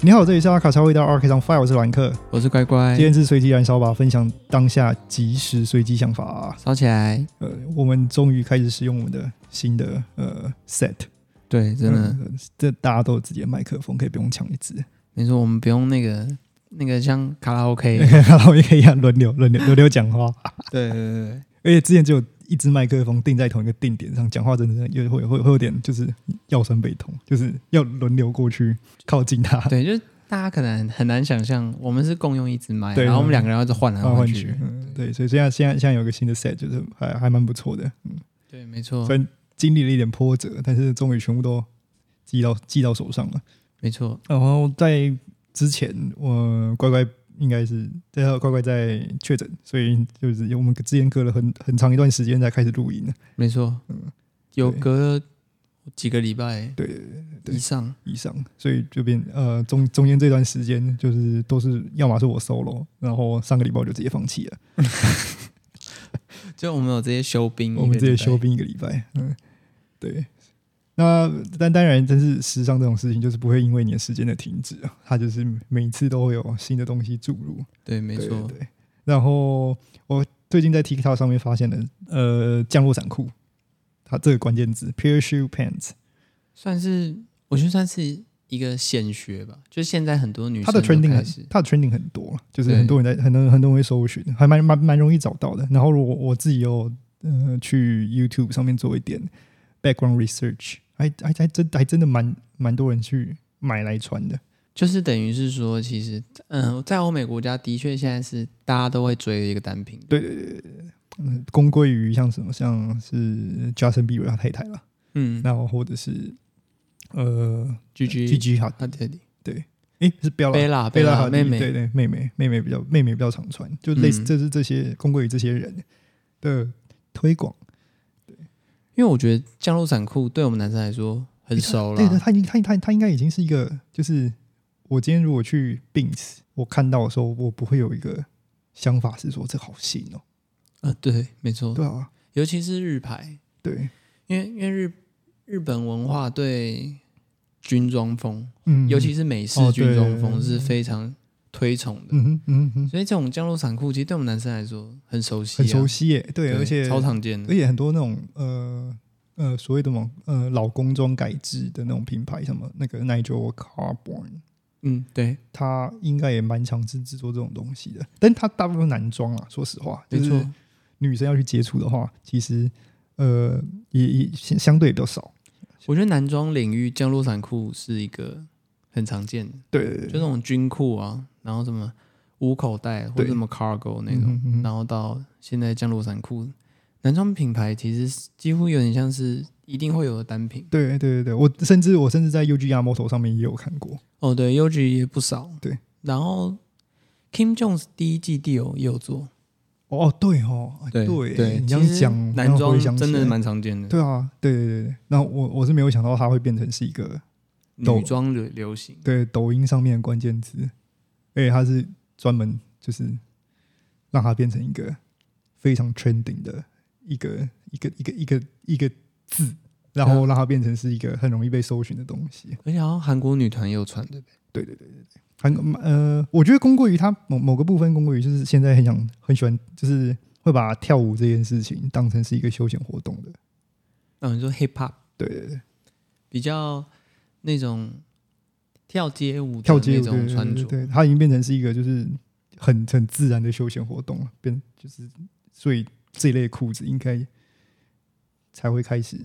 你好，这里是阿卡超味道 RK 上 File，我是兰克。我是乖乖今，天是随机燃烧吧，分享当下即时随机想法。烧起来！呃，我们终于开始使用我们的新的呃 set，对，真的，呃这大家都有自己的麦克风，可以不用抢一支，你说我们不用那个那个像卡拉 OK， 然后也可以按轮流轮流轮流讲话。对对对对，而且之前只有一支麦克风定在同一个定点上，讲话真的有会会会有点就是腰酸背痛，就是要轮流过去靠近它， 对，就是大家可能很难想象，我们是共用一支麦，对然后我们两个人要一直换来换来换去去。。嗯，对，所以现在现在现在有一个新的 set，就是还还蛮不错的。嗯，对，没错虽，然经历了一点波折，但是终于全部都寄到寄到手上了。没错，然后在之前，我乖乖应该是在乖乖在确诊，所以就是我们之前隔了很很长一段时间才开始录音的。没错，有嗯对隔几个礼拜对对对对对以上，以上，所以就变呃中中间这段时间就是都是要么是我 solo，然后上个礼拜我就直接放弃了，就我们有直接休兵，我们直接休，嗯兵一个礼拜。嗯，对。那但当然，但是时尚这种事情就是不会因为你的时间的停止啊，它就是每一次都会有新的东西注入。对，没对错，对对。然后我最近在 TikTok 上面发现了，呃，降落伞裤，它这个关键字 parachute pants，算是我觉得算是一个显学吧，就现在很多女它生的 trending 都开很始，，它的 trending 很多，就是对很多人在很多很多人会搜寻，还蛮蛮蛮容易找到的。然后如果我自己有呃去 YouTube 上面做一点 background research，还还还真还真的蛮蛮多人去买来穿的。就是等于是说，其实，嗯，在欧美国家的确现在是大家都会追的一个单品，对对对对，嗯，公归于像什么像是 Justin Bieber 他太太了，嗯然后或者是呃，G G G G 哈，啊，对对，诶是标贝了。拉贝拉拉哈啊妹迪妹，对对，妹妹妹妹比较妹妹比较常穿，就类似嗯这是这些公归于这些人的推广。因为我觉得降落伞裤对我们男生来说很熟对的，啦，他已经他他他应该已经是一个，就是我今天如果去 Bings，我看到的时候，我不会有一个想法是说这好新哦，呃，对，没错，对啊，尤其是日牌，对，因为因为日日本文化对军装风，嗯，尤其是美式哦军装风对是非常推崇的，嗯哼嗯哼嗯哼，所以这种降落伞裤其实对我们男生来说很熟悉啊，很熟悉耶，对，对，而且哎超常见而的，且很多那种呃呃所谓的那种呃老工装改制的那种品牌，什么那个 Nigel Carbon。嗯，对，他应该也蛮强制制作这种东西的，但他大部分男装啊，说实话，没就是错。女生要去接触的话，其实呃也也相相对也比较少。我觉得男装领域降落伞裤是一个很常见的，对对对就那种军裤啊，然后什么无口袋或对者什么 cargo 那嗯种，哼嗯哼然后到现在降落伞裤，男装品牌其实是几乎有点像是一定会有的单品。对对对对，我甚至我甚至在 UG r 摩头上面也有看过。哦，对，UG 也不少，对。然后 Kim Jones 第一季 d i o 也有做，哦，对哦，哎对对，你这样其实讲，男我装回想起真的来蛮常见的，对啊，对对对对。那我我是没有想到它会变成是一个女装流流行，对抖音上面的关键字，而且它是专门就是让它变成一个非常 trending 的一个一个一个一个一个字，然后让它变成是一个很容易被搜寻的东西。而且好像韩国女团也有穿，对不对对？对对对对，韩国呃，我觉得公过于他某某个部分，公过于就是现在很想很喜欢，就是会把跳舞这件事情当成是一个休闲活动的。嗯，你说 hip hop 对对对，比较那种跳街舞的跳街舞那对对种对穿对着，对，它已经变成是一个就是很很自然的休闲活动了，变就是所以这一类裤子应该才会开始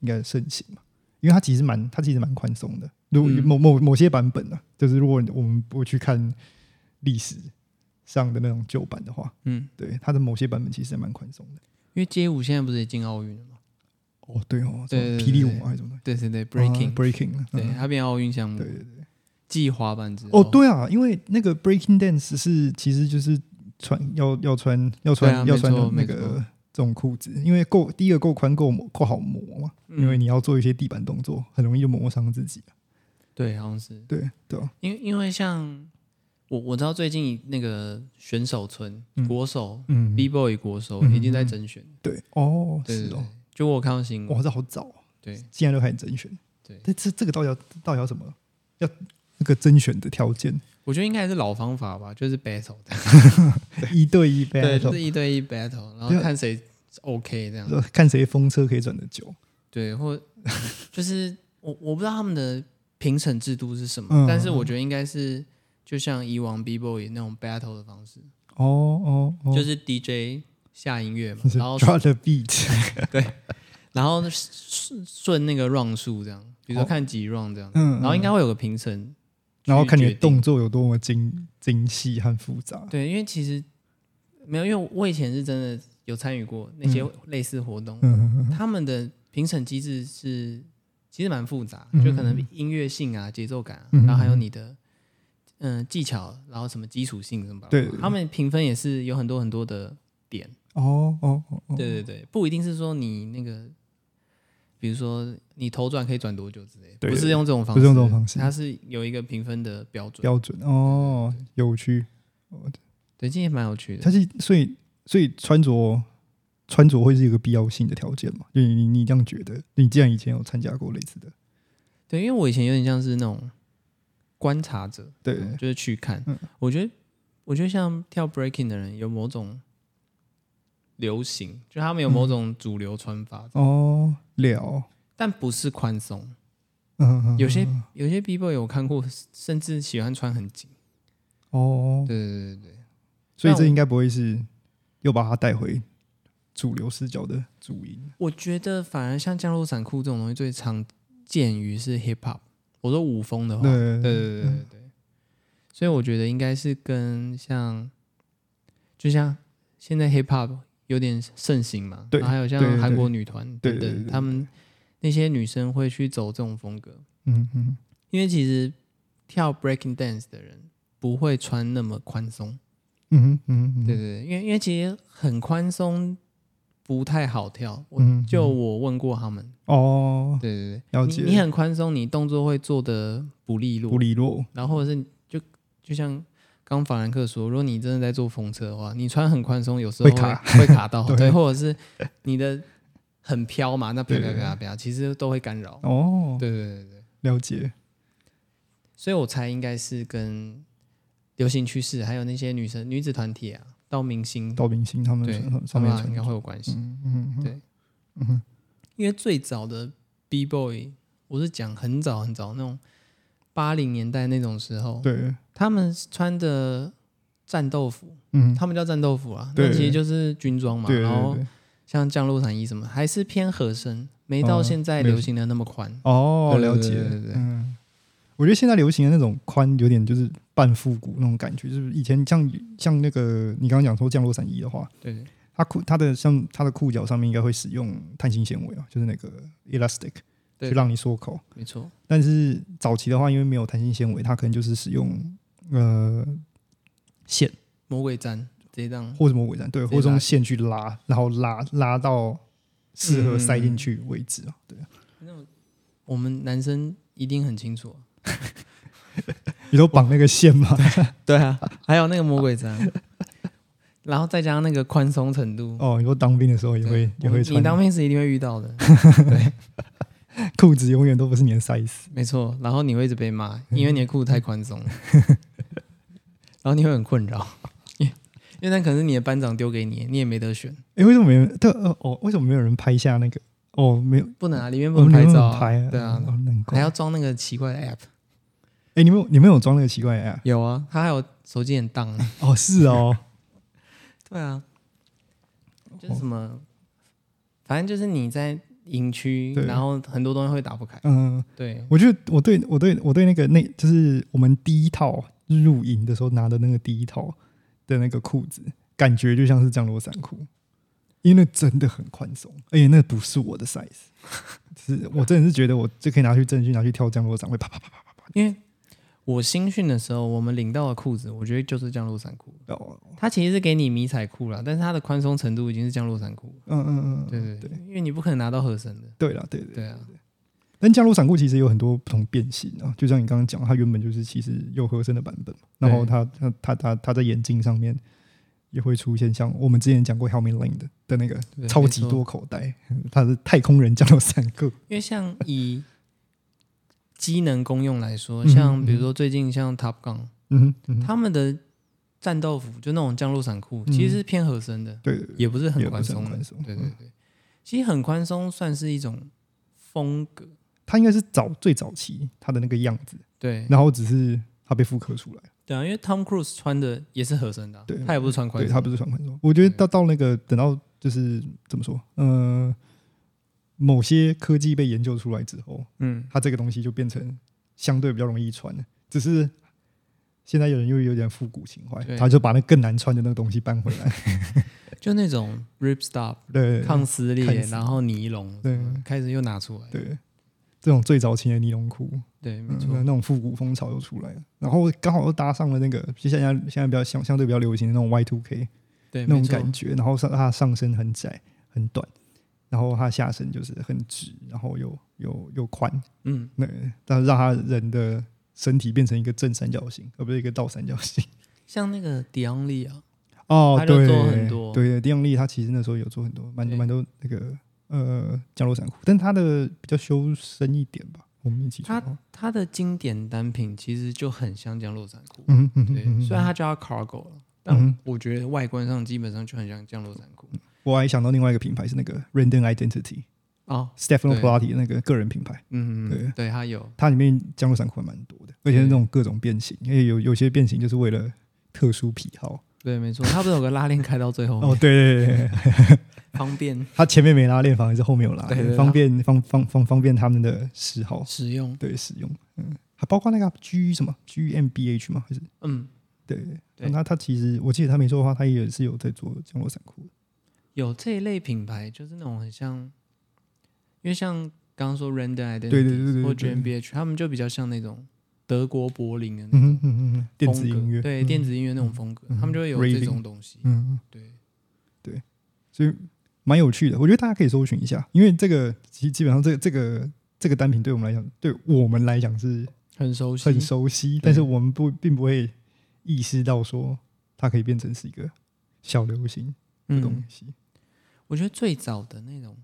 应该盛行嘛，因为它其实蛮它其实蛮宽松的。如果嗯某某某些版本呢、啊，就是如果我们不去看历史上的那种旧版的话，嗯，对它的某些版本其实还蛮宽松的。因为街舞现在不是也进奥运了吗？哦，对哦，对什么对对霹雳对舞还是什么对对对，breaking，、啊 breaking，对，嗯它变奥运项目对，对对。继滑板之后，哦，，对啊，因为那个 breaking dance 是其实就是穿要要穿要穿、对啊要穿没错那没错个这种裤子，因为够第一个够宽够磨够好磨嘛，因为嗯、你要做一些地板动作，很容易就磨伤自己。啊对，好像是对对啊，因为因为像我我知道最近那个选手村、嗯国手、嗯， b boy 国手嗯已经在甄选，对哦，对是对对哦，，就我有看到新闻，哇，这好早、哦，对现在就开始甄选。对但这这个到底要到底要什么？要那个甄选的条件，我觉得应该还是老方法吧，就是 battle，一对一对， battle，就是一对一 battle，然后对啊看谁 OK 这样。呃看谁风车可以转的久。对，或就是我我不知道他们的评审制度是什么，嗯但是我觉得应该是就像以往 B boy 那种 battle 的方式，哦哦哦，就是 DJ 下音乐嘛，然后 draw the beat，然后顺顺那个 round 数这样，比如说看几 round 这样，哦嗯，然后应该，该会有个评审，然后看你的去决定动作有多么精精细和复杂。对，因为其实没有，因为我以前是真的有参与过那些类似活动，嗯嗯嗯他们的评审机制是其实蛮复杂，嗯就可能音乐性啊、节奏感、啊，嗯然后还有你的嗯、呃技巧，然后什么基础性什么吧。对他们评分也是有很多很多的点。哦哦哦哦，对对对，不一定是说你那个，比如说你头转可以转多久之类的，对不是用这种方式，不是用这种方式它是有一个评分的标准。标准哦，有趣。对，这也蛮有趣的。它是所以所以穿着穿着会是一个必要性的条件嘛？就你你你这样觉得？你既然以前有参加过类似的，对，因为我以前有点像是那种观察者，对，就是去看。嗯我觉得，我觉得像跳 breaking 的人有某种流行，就他们有某种主流穿法，哦，了，但不是宽松。嗯，嗯有些有些 b boy 有看过，甚至喜欢穿很紧。哦，对对对对所以但这我应该不会是又把它带回主流视角的主因我觉得反而像降落伞裤这种东西最常见于是 hip hop。我说舞风的话，对哦对对对对对。所以我觉得应该是跟像，就像现在 hip hop 有点盛行嘛，对然后还有对对像对韩国女团对等对对等，对他们那些女生会去走这种风格，嗯嗯，因为其实跳 breaking dance 的人不会穿那么宽松，嗯嗯嗯，对对对，因为因为其实很宽松不太好跳，我嗯，嗯就我问过他们，哦，对对对。了你解，你很宽松，你动作会做的不利落，不利落，然后或者是你就就像刚法兰克说，如果你真的在坐风车的话，你穿很宽松，有时候会卡会 卡到，对对，或者是你的很飘嘛，那飘对飘飘飘，其实都会干扰。哦，对对对对，了解，所以我猜应该是跟流行趋势，还有那些女生女子团体啊，到明星到明星他们对上上上面面应穿该，会有关系。嗯嗯，嗯对因为最早的 B boy，我是讲很早很早那种八零年代那种时候，对，他们穿的战斗服，嗯，他们叫战斗服啊，对那其实就是军装嘛。对对然后对，像降落伞衣什么，还是偏合身，没到哦现在没有流行的那么宽。哦，对对了对解，对对对嗯，我觉得现在流行的那种宽，有点就是半复古那种感觉，就是以前像像那个你刚刚讲说降落伞衣的话，对对它裤它的像它的裤脚上面应该会使用碳性纤维啊，就是那个 elastic，对去让你缩口。没错。但是早期的话，因为没有弹性纤维，它可能就是使用呃线魔鬼毡这一档，或什么尾站，对，直或者接用拉线去拉，然后拉拉到适嗯合塞进去为止啊。对，我们男生一定很清楚、你都绑那个线嘛？对啊， 还有那个魔鬼毡，然后再加上那个宽松程度， 哦，你说当兵的时候也会对也会我们你当穿，面是一定会遇到的。裤子永远都不是你的 size。没错，然后你会一直被骂，因为你的裤子太宽松了，然后你会很困扰，因为因为那可能是你的班长丢给你，你也没得选，哎，为什么没人？对呃哦，为什么没有人拍下那个？哦，没有，不能啊，里面不我能们拍没有照啊、嗯拍啊，对啊，哦难还怪。要装那个奇怪的 app，哎，你们有你们有装那个奇怪的 app？有啊，它还有手机很当，哦，是哦， 对啊，就是什么，反正就是你在营区，对然后很多东西会打不开， 嗯。对，我觉得我对我对我对那个那就是我们第一套入营的时候拿的那个第一套的那个裤子，感觉就像是降落伞裤，因为那真的很宽松，而且那不是我的 size，是我真的是觉得我就可以拿去证据拿去跳降落伞，会啪啪啪啪啪因为我新训的时候，我们领到的裤子，我觉得就是降落伞裤，啪。哦，它其实是给你迷彩裤啦，但是它的宽松程度已经是降落伞裤了。嗯嗯嗯，对对对，因为你不可能拿到合身的，对了，对对对啊，但降落伞裤其实有很多不同变形啊，就像你刚刚讲，它原本就是其实有合身的版本嘛，然后它它它它它在眼镜上面也会出现像我们之前讲过 Helmet Lane 的的那个对超级，没多 错口袋，它是太空人降落伞裤，因为像以机能功用来说，嗯像比如说最近像 Top Gun，嗯哼嗯哼，他们的战斗服就那种降落伞裤，嗯其实是偏合身的，对对对也不是很也不宽是很松的宽。松嗯对对对，其实很宽松算是一种风格。他应该是早最早期他的那个样子，对然后只是他被复刻出来，对啊，因为 Tom Cruise 穿的也是合身的啊对，他也不是穿宽对松他的。不是穿宽松。我觉得对到到那个等到就是怎么说，呃，某些科技被研究出来之后，嗯，它这个东西就变成相对比较容易穿了，只是现在有人又有点复古情怀，对他就把那更难穿的那个东西搬回 来，就那种 Rip Stop 对抗撕裂抗，撕然后尼龙，对开始又拿出来。对，这种最早期的尼龙裤，对，没嗯，错。那种复古风潮又出来了，然后刚好又搭上了那个就现在现在比较相相对比较流行的那种 Y two K 对，那种没错感觉，然后上它上身很窄很短，然后它下身就是很直，然后又又又宽，嗯，那但让他人的身体变成一个正三角形，而不是一个倒三角形。像那个迪昂利啊，哦，他就对，做很多对，迪昂利他其实那时候有做很多，蛮对蛮多那个呃降落伞裤，但他的比较修身一点吧。我们一起说他它的经典单品其实就很像降落伞裤。嗯嗯对，嗯，虽然它叫它 cargo 了，但嗯我觉得外观上基本上就很像降落伞裤。我还想到另外一个品牌是那个 Random Identity 哦， Stefano 对 Platti 那个个人品牌，嗯，对嗯对，它有，它里面降落伞裤还蛮多的，而且是那种各种变形，因为有有些变形就是为了特殊癖好。对，没错，它不是有个拉链开到最后 面哦，对对对对，对方便它前面没拉链，反而是后面有拉对对链，对方便方方方方便他们的嗜好，使用。对使用，嗯，还包括那个 G 什么 GMBH 吗？还是嗯，对，对那他其实我记得他没错的话，他也是有在做降落伞裤的。有这一类品牌，就是那种很像，因为像刚刚说 Render i d e n t 对对对对或对 GmbH，他们就比较像那种德国柏林的那嗯种哼嗯哼嗯，电子风格音乐，对嗯电，子音乐那种风格，嗯他们就会有 Raving 这种东西。嗯，对，所以蛮有趣的。我觉得大家可以搜寻一下，因为这个其基本上这个这个这个单品对我们来讲，对我们来讲是很熟悉，很熟悉，但是我们不并不会意识到说它可以变成是一个小流行的东嗯，西。我觉得最早的那种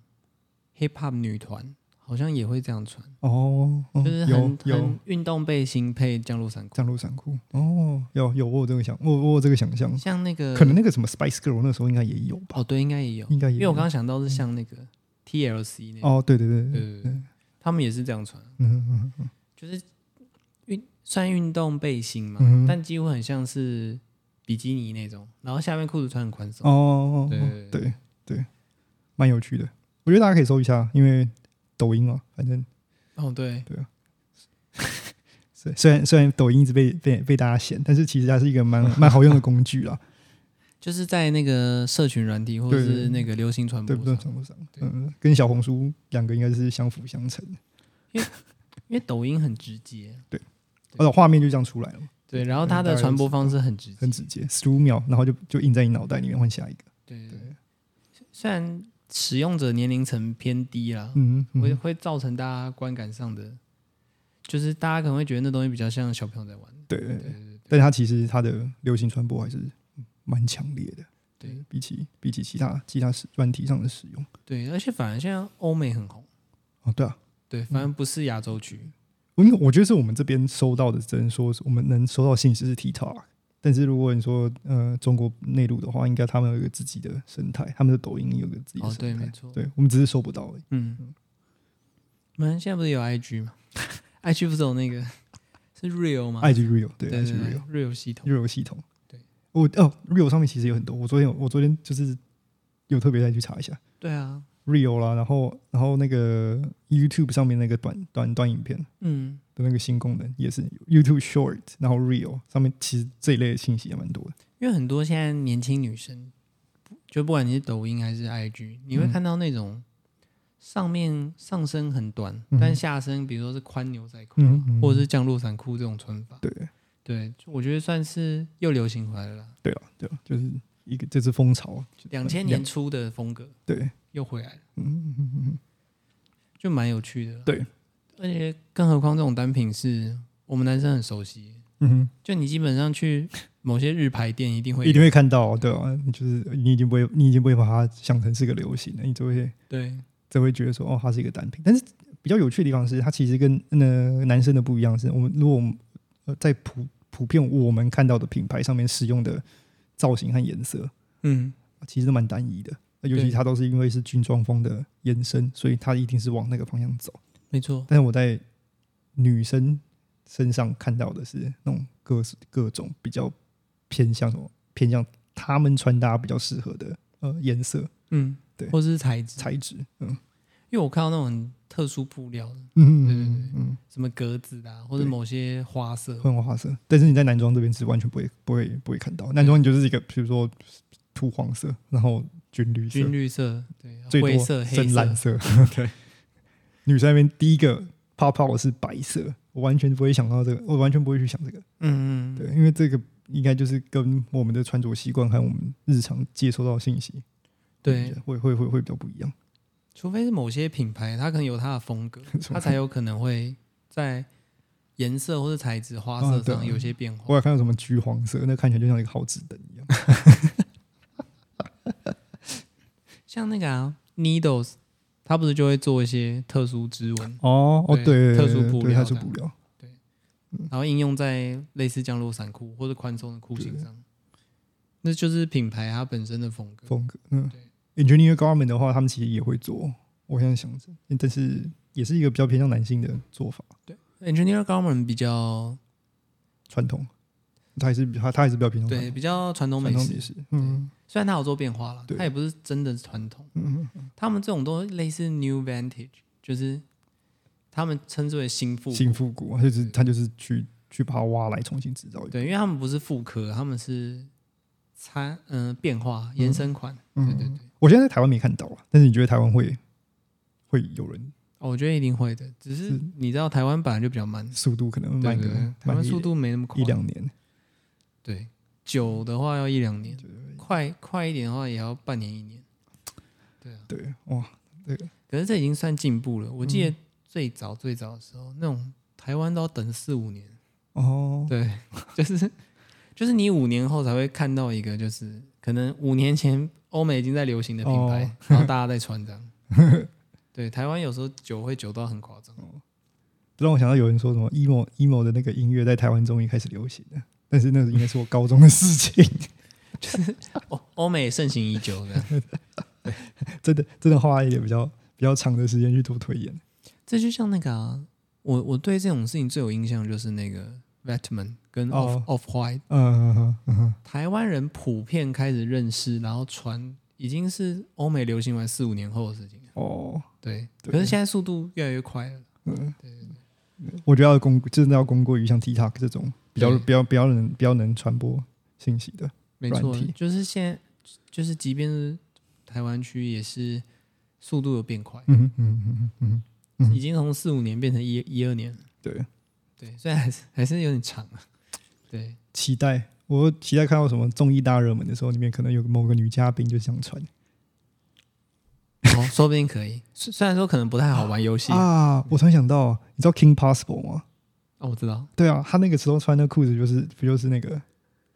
hip hop 女团好像也会这样穿，哦，哦就是有很有很运动背心配降落伞裤，降落伞裤，哦，有有我有这个想，我我有这个想象，像那个可能那个什么 Spice Girl 那时候应该也有吧，哦对，应该也有，应该也有嗯因为我刚刚想到是像那个 TLC 那种，哦，对对对对对，对对，他们也是这样穿，嗯嗯嗯就是运算运动背心嘛，嗯哼但几乎很像是比基尼那种，然后下面裤子穿很宽哦松。哦，哦对哦对对对对，蛮有趣的，我觉得大家可以搜一下，因为抖音嘛，反正哦，对，虽虽然虽然抖音一直被被被大家嫌，但是其实它是一个蛮蛮好用的工具啦，就是在那个社群软体或者对对是那个流行传播对上不，对？程度上，对嗯，跟小红书两个应该是相辅相成的，因为抖音很直接，而哦且画面就这样出来了嘛，对，然后它大概的就传播是方式很直接，很直接，十五秒，然后就就印在你脑袋里面，换下一个，对对对对。虽然使用者年龄层偏低啦，嗯，嗯会会造成大家观感上的，就是大家可能会觉得那东西比较像小朋友在玩。嗯对对对，但它其实它的流行传播还是蛮强烈的，对比起比起其他其他使软体上的使用，对，而且反而现在欧美很红，哦，对啊，对，反而不是亚洲区。因为我觉得是我们这边收到的，只能说是我们能收到信息是 TikTok，但是如果你说呃中国内陆的话，应该他们有一个自己的生态，他们的抖音有个自己的哦，对，生态，没错。对我们只是收不到而已。嗯，我们现在不是有 IG 吗 ？IG 不是有那个是 Real 吗？ IG Real 对啊对对 IG 对 Real Real 系统。 Real 系统，对我哦 Real 上面其实有很多，我昨天有我昨天就是有特别再去查一下。对啊， Real 啦，然后然后那个 YouTube 上面那个短短短影片嗯，的那个新功能也是 YouTube Short，然后 Real 上面其实这一类的信息也蛮多的。因为很多现在年轻女生，不就不管你是抖音还是 IG，你会嗯看到那种上面上身很短，嗯但下身比如说是宽牛仔裤，嗯嗯或者是降落伞裤这种穿法，对对，就我觉得算是又流行回来了啦，对了对了，就是一个这次风潮，就两千年初的风格对，又回来了，嗯嗯嗯嗯就蛮有趣的啦。对，而且更何况这种单品是我们男生很熟悉，嗯哼，就你基本上去某些日牌店一定会一定会看到，对啊，你就是你已经不会，你已经不会把它想成是个流行了，你就会对就会觉得说哦，它是一个单品。但是比较有趣的地方是，它其实跟呃男生的不一样是，我们如果我们呃在普普遍我们看到的品牌上面使用的造型和颜色，嗯，其实都蛮单一的。那尤其对它都是因为是军装风的延伸，所以它一定是往那个方向走。没错，但是我在女生身上看到的是那种各各种比较偏向什么偏向他们穿搭比较适合的呃颜色嗯，对或者是材质，材质，嗯因为我看到那种很特殊布料的，嗯对嗯嗯，什么格子的啊，或者对某些花色，混花色。但是你在男装这边是完全不会不会不会看到，男装你就是一个比如说土黄色，然后军绿色，军绿色，对，最灰多色、黑深蓝色，嗯 色。对，女生那边第一个泡泡是白色，我完全不会想到这个，我完全不会去想这个。嗯嗯，对，因为这个应该就是跟我们的穿着习惯和我们日常接收到的信息，对，，会会会会比较不一样。除非是某些品牌，它可能有它的风 ，格什么它才有可能会在颜色或者材质、花啊色对啊上有些变我化。有看到什么橘黄色，那看起来就像一个耗子灯一样。像那个啊，Needles，它不是就会做一些特殊织纹，哦哦，对对，特殊布对料特殊这样布料，嗯然后应用在类似降落伞裤或者宽松的裤型上，那就是品牌它本身的风格。风格。嗯对，engineer garment 的话，他们其实也会做，我现在想着，但是也是一个比较偏向男性的做法， Engineer Garment 比较传统，它还是它它还是比较偏向对比较传统传美统式美，食。嗯虽然它有做变化了，对它也不是真的传统。嗯嗯他们这种都类似 New Vantage，就是他们称之为新复嗯，古新复古，它就是它就是去去把它挖来重新制造一遍。对，因为他们不是复刻，他们是参嗯、变化延伸款。对对嗯，对、我现在在台湾没看到啊，但是你觉得台湾会会有人哦我觉得一定会的，只是是你知道台湾本来就比较慢，速度可能对慢对个对，台慢湾一速度没那么快一，两年，对，久的话要一两年，快快一点的话也要半年一年。对啊，对，哇，可是这已经算进步了。我记嗯得最早最早的时候，那种台湾都要等四五年。哦，对， 就是就是你五年后才会看到一个，就是可能五年前欧美已经在流行的品牌，哦然后大家在穿这样。对，台湾有时候久会久到很夸张。让我想到有人说什么 emo emo 的那个音乐在台湾终于开始流行了，但是那应该是我高中的事情， 哦，欧美也盛行已久的，真的真的花一点比较比较长的时间去做推演。这就像那个啊，我我对这种事情最有印象就是那个 Vetman 跟 Off、哦 Off White，嗯嗯嗯嗯，台湾人普遍开始认识，然后穿已经是欧美流行完四五年后的事情了。哦，对，对可是现在速度越来越快了。我觉得要供真的要供过于像 TikTok 这种比较对比较比较能比较能传播信息的，没软错体，就是现在，就是即便是台湾区，也是速度有变快，嗯嗯嗯嗯嗯，嗯已经从四五年变成一一二年了。对。对，虽然还是还是有点长啊。 对，期待，我期待看到什么综艺大热门的时候，里面可能有某个女嘉宾就这样穿哦，说不定可以。虽虽然说可能不太好玩游戏啊，啊！我突然想到，你知道 King Possible 吗？哦我知道对啊，他那个时候穿的裤子就是不就是那个，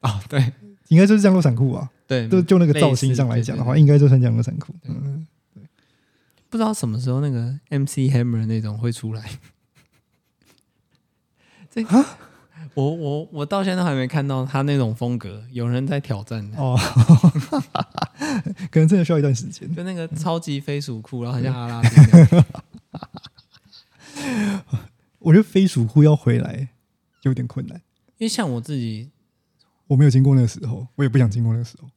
啊，对应该就是降落伞裤啊。对，就就那个造型上来讲的话，应该就穿降落伞裤。对嗯，不知道什么时候那个 MC Hammer 那种会出来。这啊 我我我到现在都还没看到他那种风格，有人在挑战的。哦，可能真的需要一段时间。就那个超级飞鼠裤，然后很像阿拉丁那样。 我觉得飞鼠裤要回来有点困难，因为像我自己，我没有经过那个时候，我也不想经过那个时候。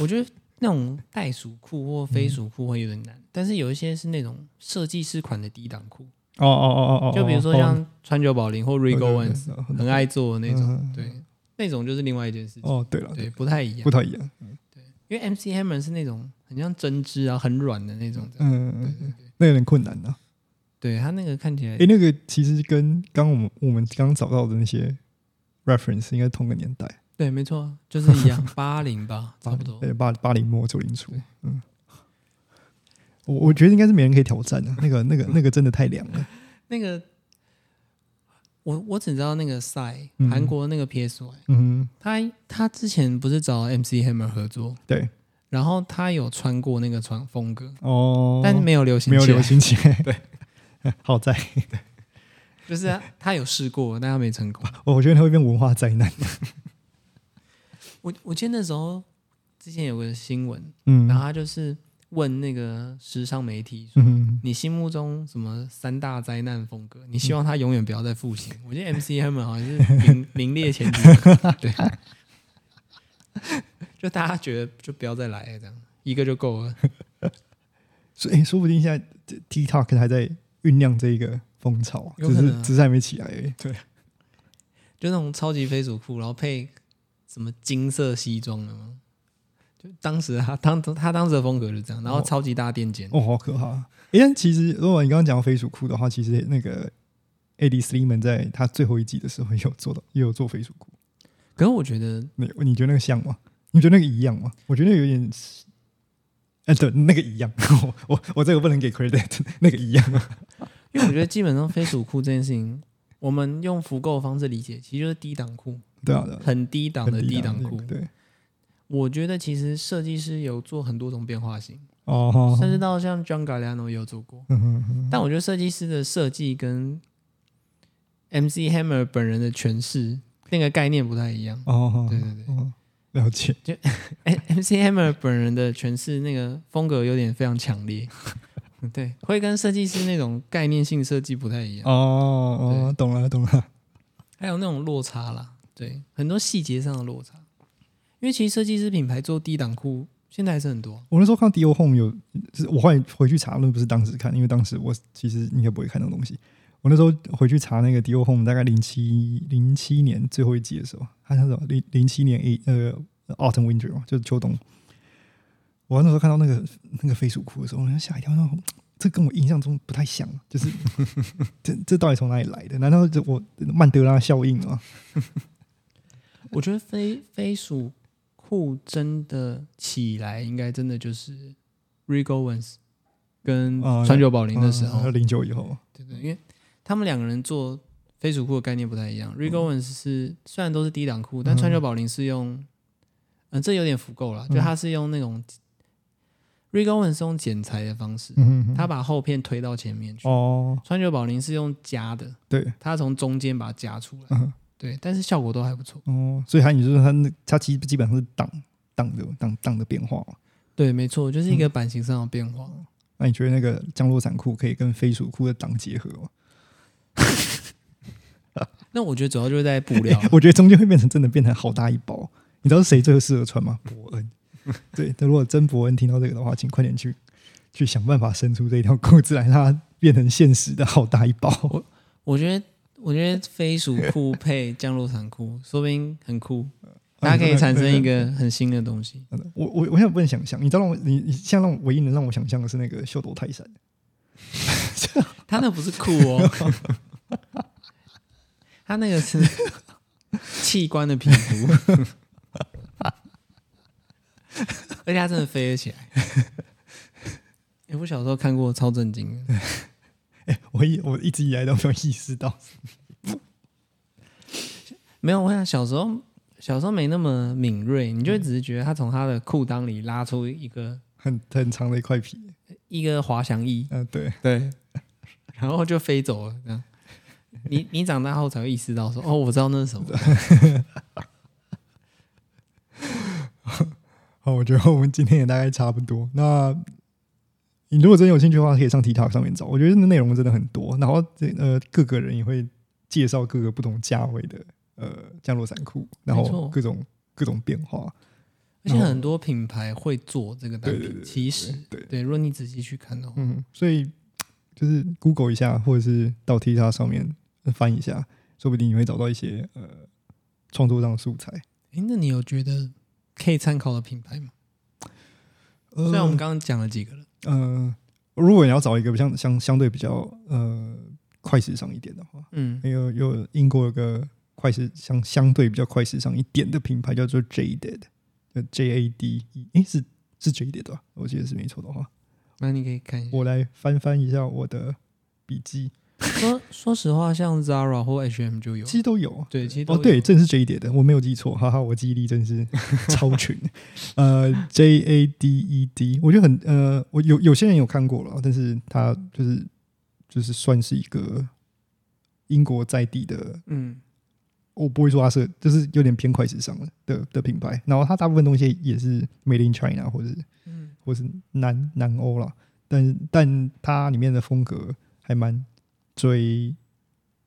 我觉得那种袋鼠裤或飞鼠裤会有点嗯难，但是有一些是那种设计师款的低档裤，哦哦哦哦哦，哦就比如说像川久保玲或 Rigo Owens 很很爱做的那种，种对，那种就是另外一件事情，嗯哦，对了，对，不太一不样。太一样。因为 MC Hammer 是那种很像针织啊，很软的那种的，嗯，那有点困难啊。对它那个看起来哎、，那个其实跟刚我们我们刚找到的那些 reference 应该同个年代，对，没错啊，就是 一样，八零吧，差不多。对，八八零末九零初哦对，嗯，我我觉得应该是没人可以挑战的、那个那个那个真的太凉 了，那个我我只知道那个赛嗯韩国那个 PSY，嗯，他他之前不是找 MC Hammer 合作，对，然后他有穿过那个穿风格，哦，但没有流行没有起来流行起来，对， 好在，就是啊他有试过，但他没成 功。我觉得它会变文化灾 难。我我记得那时候之前有个新闻，嗯然后他就是问那个时尚媒体说。嗯，你心目中什么三大灾难风格？你希望它永远不要再复兴？ 我觉得 MC h a m m 好像是名名列前几名，对， 就大家觉得就不要再来了，这样一个就够了。所以、诶说不定现在这 TikTok 还在酝酿这一个风潮，有只可能是啊只是还没起来而已。对，就那种超级飞鼠裤，然后配什么金色西装的吗？就当时他 当他当时的风格就是这样，然后哦超级大垫肩， 哦，好可怕！诶但其实如果你刚刚讲到飞鼠裤的话，其实那个 Eddie Sliman 在他最后一季的时候也有做到，也有做飞鼠裤。可是我觉得那你觉得那个像吗？你觉得那个一样吗？我觉得有点，哎、对，那个一样。 我我我这个不能给 credit，那个一样。啊因为我觉得基本上飞鼠裤这件事情，我们用复购的方式理解，其实就是低档裤，对啊，对啊很低档的很低低档裤。对，我觉得其实设计师有做很多种变化型，哦，好甚至到像 John Galliano 也有做过。嗯哼哼但我觉得设计师的设计跟 MC Hammer 本人的诠释那个概念不太一样。哦，好对对对，哦，了解。哎，MC Hammer 本人的诠释那个风格有点非常强烈，对，会跟设计师那种概念性设计不太一样，哦哦，懂了懂了。还有那种落差啦，对，很多细节上的落差。因为其实设计师品牌做低档裤现在还是很多，我那时候看 D O Home 有，就是我后来回去查，那不是当时看，因为当时我其实应该不会看那种东西。我那时候回去查那个 D O Home，大概零七零七年最后一集的时候，它那种零零七年 A 呃 Autumn Winter 嘛，就是秋冬。我那时候看到那个那个飞鼠裤的时候，我就吓一跳，那这跟我印象中不太像，就是 这这到底从哪里来的？难道这我曼德拉效应吗？我觉得飞飞鼠裤真的起来，应该真的就是 Rigo Owens 跟啊川久保玲的时候，零九以后，对对，因为他们两个人做飞鼠裤的概念不太一样。Rigo Owens 是虽然都是低档裤，嗯但川久保玲是用，嗯、这有点复购了，就嗯他是用那种 Rigo Owens 是用剪裁的方式，嗯哼哼他把后片推到前面去。哦，川久保玲是用夹的，对，他从中间把它夹出来，嗯哼。对，但是效果都还不错。哦，所以它你就是它那它基基本上是档档的档档的变化嘛。对，没错，就是嗯一个版型上的变化。那你觉得那个降落伞裤可以跟飞鼠裤的档结合吗？那我觉得主要就是在布料 ，我觉得中间会变成真的变成好大一包。你知道谁最适合穿吗？伯恩。 对，那如果真伯恩听到这个的话，请快点去去想办法生出这条裤子来，让它变成现实的好大一包。 我觉得我觉得飞鼠裤配降落伞裤，说不定很酷， 大家可以产生一个很新的东西。嗯。我我我现在不能想象，你知道让我你你现在让我唯一能让我想象的是那个秀斗泰山， 他那不是酷哦， 他那个是器官的皮肤， 而且他真的飞了起 来。哎、我小时候看过，超震惊的。我一我一直以来都没有意识到。没有，我想小时候小时候没那么敏锐，你就会只是觉得他从他的裤裆里拉出一个很很长的一块皮，一个滑翔翼，嗯、对，对，然后就飞走了。这样，你你长大后才会意识到说，哦，我知道那是什么。 好，我觉得我们今天也大概差不多。那你如果真有兴趣的话，可以上 TikTok 上面找。我觉得那内容真的很多，然后这呃各个人也会介绍各个不同价位的呃降落伞裤，然没错后各种各种变化。而且很多品牌会做这个单对对品，对其实对对，如果你仔细去看的话，嗯，所以就是 Google 一下，或者是到 TikTok 上面翻一下，说不定你会找到一些呃创作上的素材。诶，那你有觉得可以参考的品牌吗？呃虽然我们刚刚讲了几个了，呃，如果你要找一个相相相对比较呃快时尚一点的话，嗯，有有英国有个快时相相对比较快时尚一点的品牌叫做 Jaded，就 E 呃 J A D E，诶，是是 Jaded E 吧？我记得是没错的话，那你可以看一下。我来翻翻一下我的笔记，说说实话，像 Zara 或 H&M 就有，其实都有。对，其实都哦，对，有正是 Jaded，的我没有记错，哈哈，我记忆力真 是超群。呃，J A D E D，我觉得很呃，我有有些人有看过了，但是他就是就是算是一个英国在地的，嗯我不会说它是，就是有点偏快时尚的的的品牌。然后它大部分东西也是 Made in China 或者是嗯或是南南欧啦，但但它里面的风格还蛮追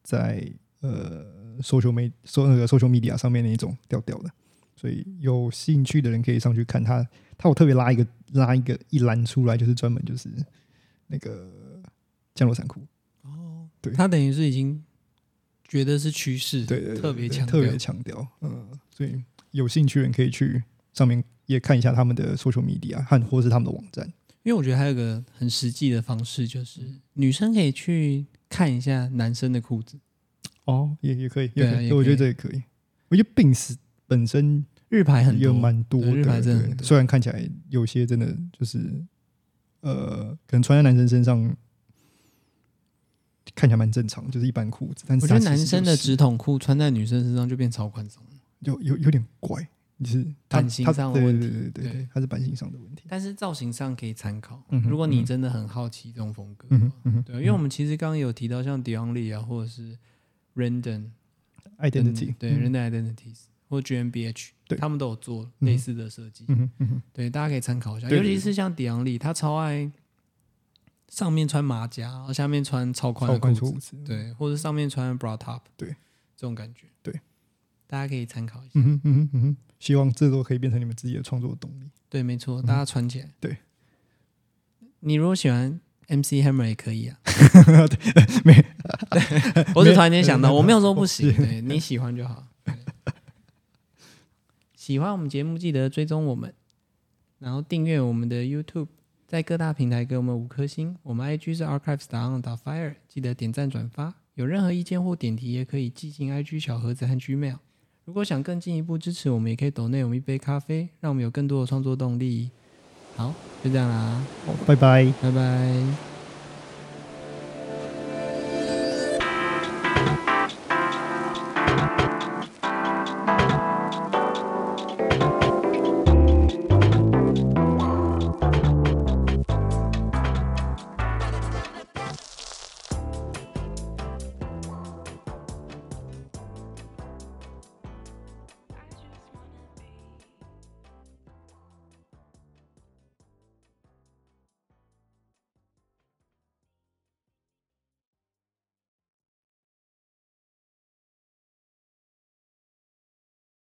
在呃 social media 那个 social media 上面那一种调调的，所以有兴趣的人可以上去看它。它有特别拉一个拉一个一栏出来，就是专门就是那个降落伞裤，哦，对他等于是已经觉得是趋势，对对对特别对强调特别强调，嗯，所以有兴趣的人可以去上面也看一下他们的 social media 和或是他们的网站，因为我觉得还有一个很实际的方式，就是女生可以去看一下男生的裤子。哦，也也可以，对啊可以也我觉得可这也可以。我觉得病史本身日牌很也多，蛮多的，对日牌真的对很多虽然看起来有些真的就是，呃，可能穿在男生身上看起来蛮正常，就是一般裤子，但是我觉得它男其实生的就是直筒裤穿在女生身上就变超宽松。有有有点怪，就是它版型它上的对问对题对对对对对，它是版型上的问题。但是造型上可以参考。嗯哼如果你真的很好奇这种风格，嗯哼嗯哼，对，因为我们其实刚刚有提到像 Dion Lee 啊，或者是 Randon 等 identity 对嗯 Randon Identities 或 GMBH，对他们都有做嗯类似的设计，嗯哼嗯哼，对，大家可以参考一下。对尤其是像 Dion Lee，他超爱上面穿马甲，然后下面穿超宽超的裤宽裤子，子，对，或者上面穿 bra top，对，这种感觉，对，大家可以参考一下。嗯哼嗯哼嗯哼，希望这都可以变成你们自己的创作动力。对，没错，大家穿起来。嗯对，你如果喜欢 MC Hammer 也可以 啊。没 我只突然间想到，没我没有说不行，对你喜欢就好。对喜欢我们节目，记得追踪我们，然后订阅我们的 YouTube，在各大平台给我们五颗星。我们 IG 是 archives 打 on 打 fire，记得点赞转发。有任何意见或点题，也可以寄信 IG 小盒子和 Gmail。如果想更进一步支持我们，也可以 donate 我们一杯咖啡，让我们有更多的创作动力。好，就这样啦，好拜拜。拜拜。